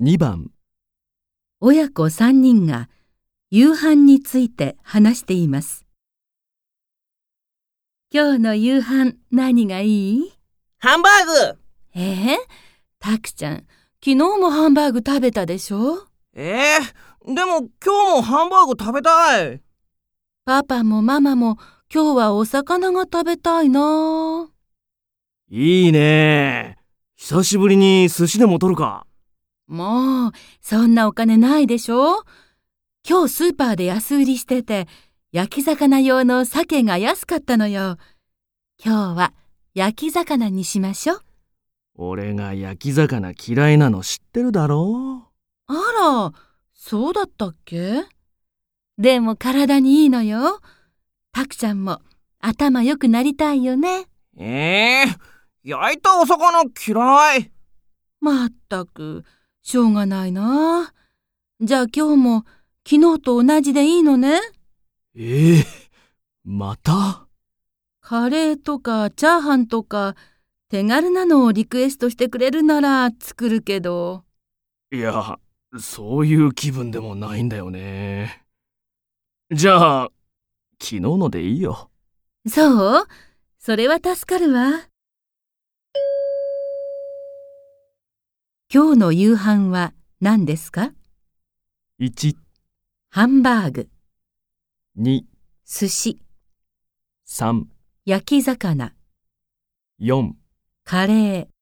2番、親子3人が夕飯について話しています。今日の夕飯何がいいハンバーグえー、たくちゃん、昨日もハンバーグ食べたでしょえー、でも今日もハンバーグ食べたい。パパもママも今日はお魚が食べたいなあいいね久しぶりに寿司でも取るか。もう、そんなお金ないでしょ今日スーパーで安売りしてて、焼き魚用の鮭が安かったのよ。今日は焼き魚にしましょう。俺が焼き魚嫌いなの知ってるだろあら、そうだったっけでも体にいいのよ。たくちゃんも頭良くなりたいよね。えー、焼いたお魚嫌い。まったく、しょうがないな。じゃあ今日も昨日と同じでいいのね。ええまたカレーとかチャーハンとか手軽なのをリクエストしてくれるなら作るけど。いや、そういう気分でもないんだよね。じゃあ、昨日のでいいよ。そうそれは助かるわ。今日の夕飯は何ですか1、ハンバーグ、 2、寿司、 3、焼き魚、 4カレー。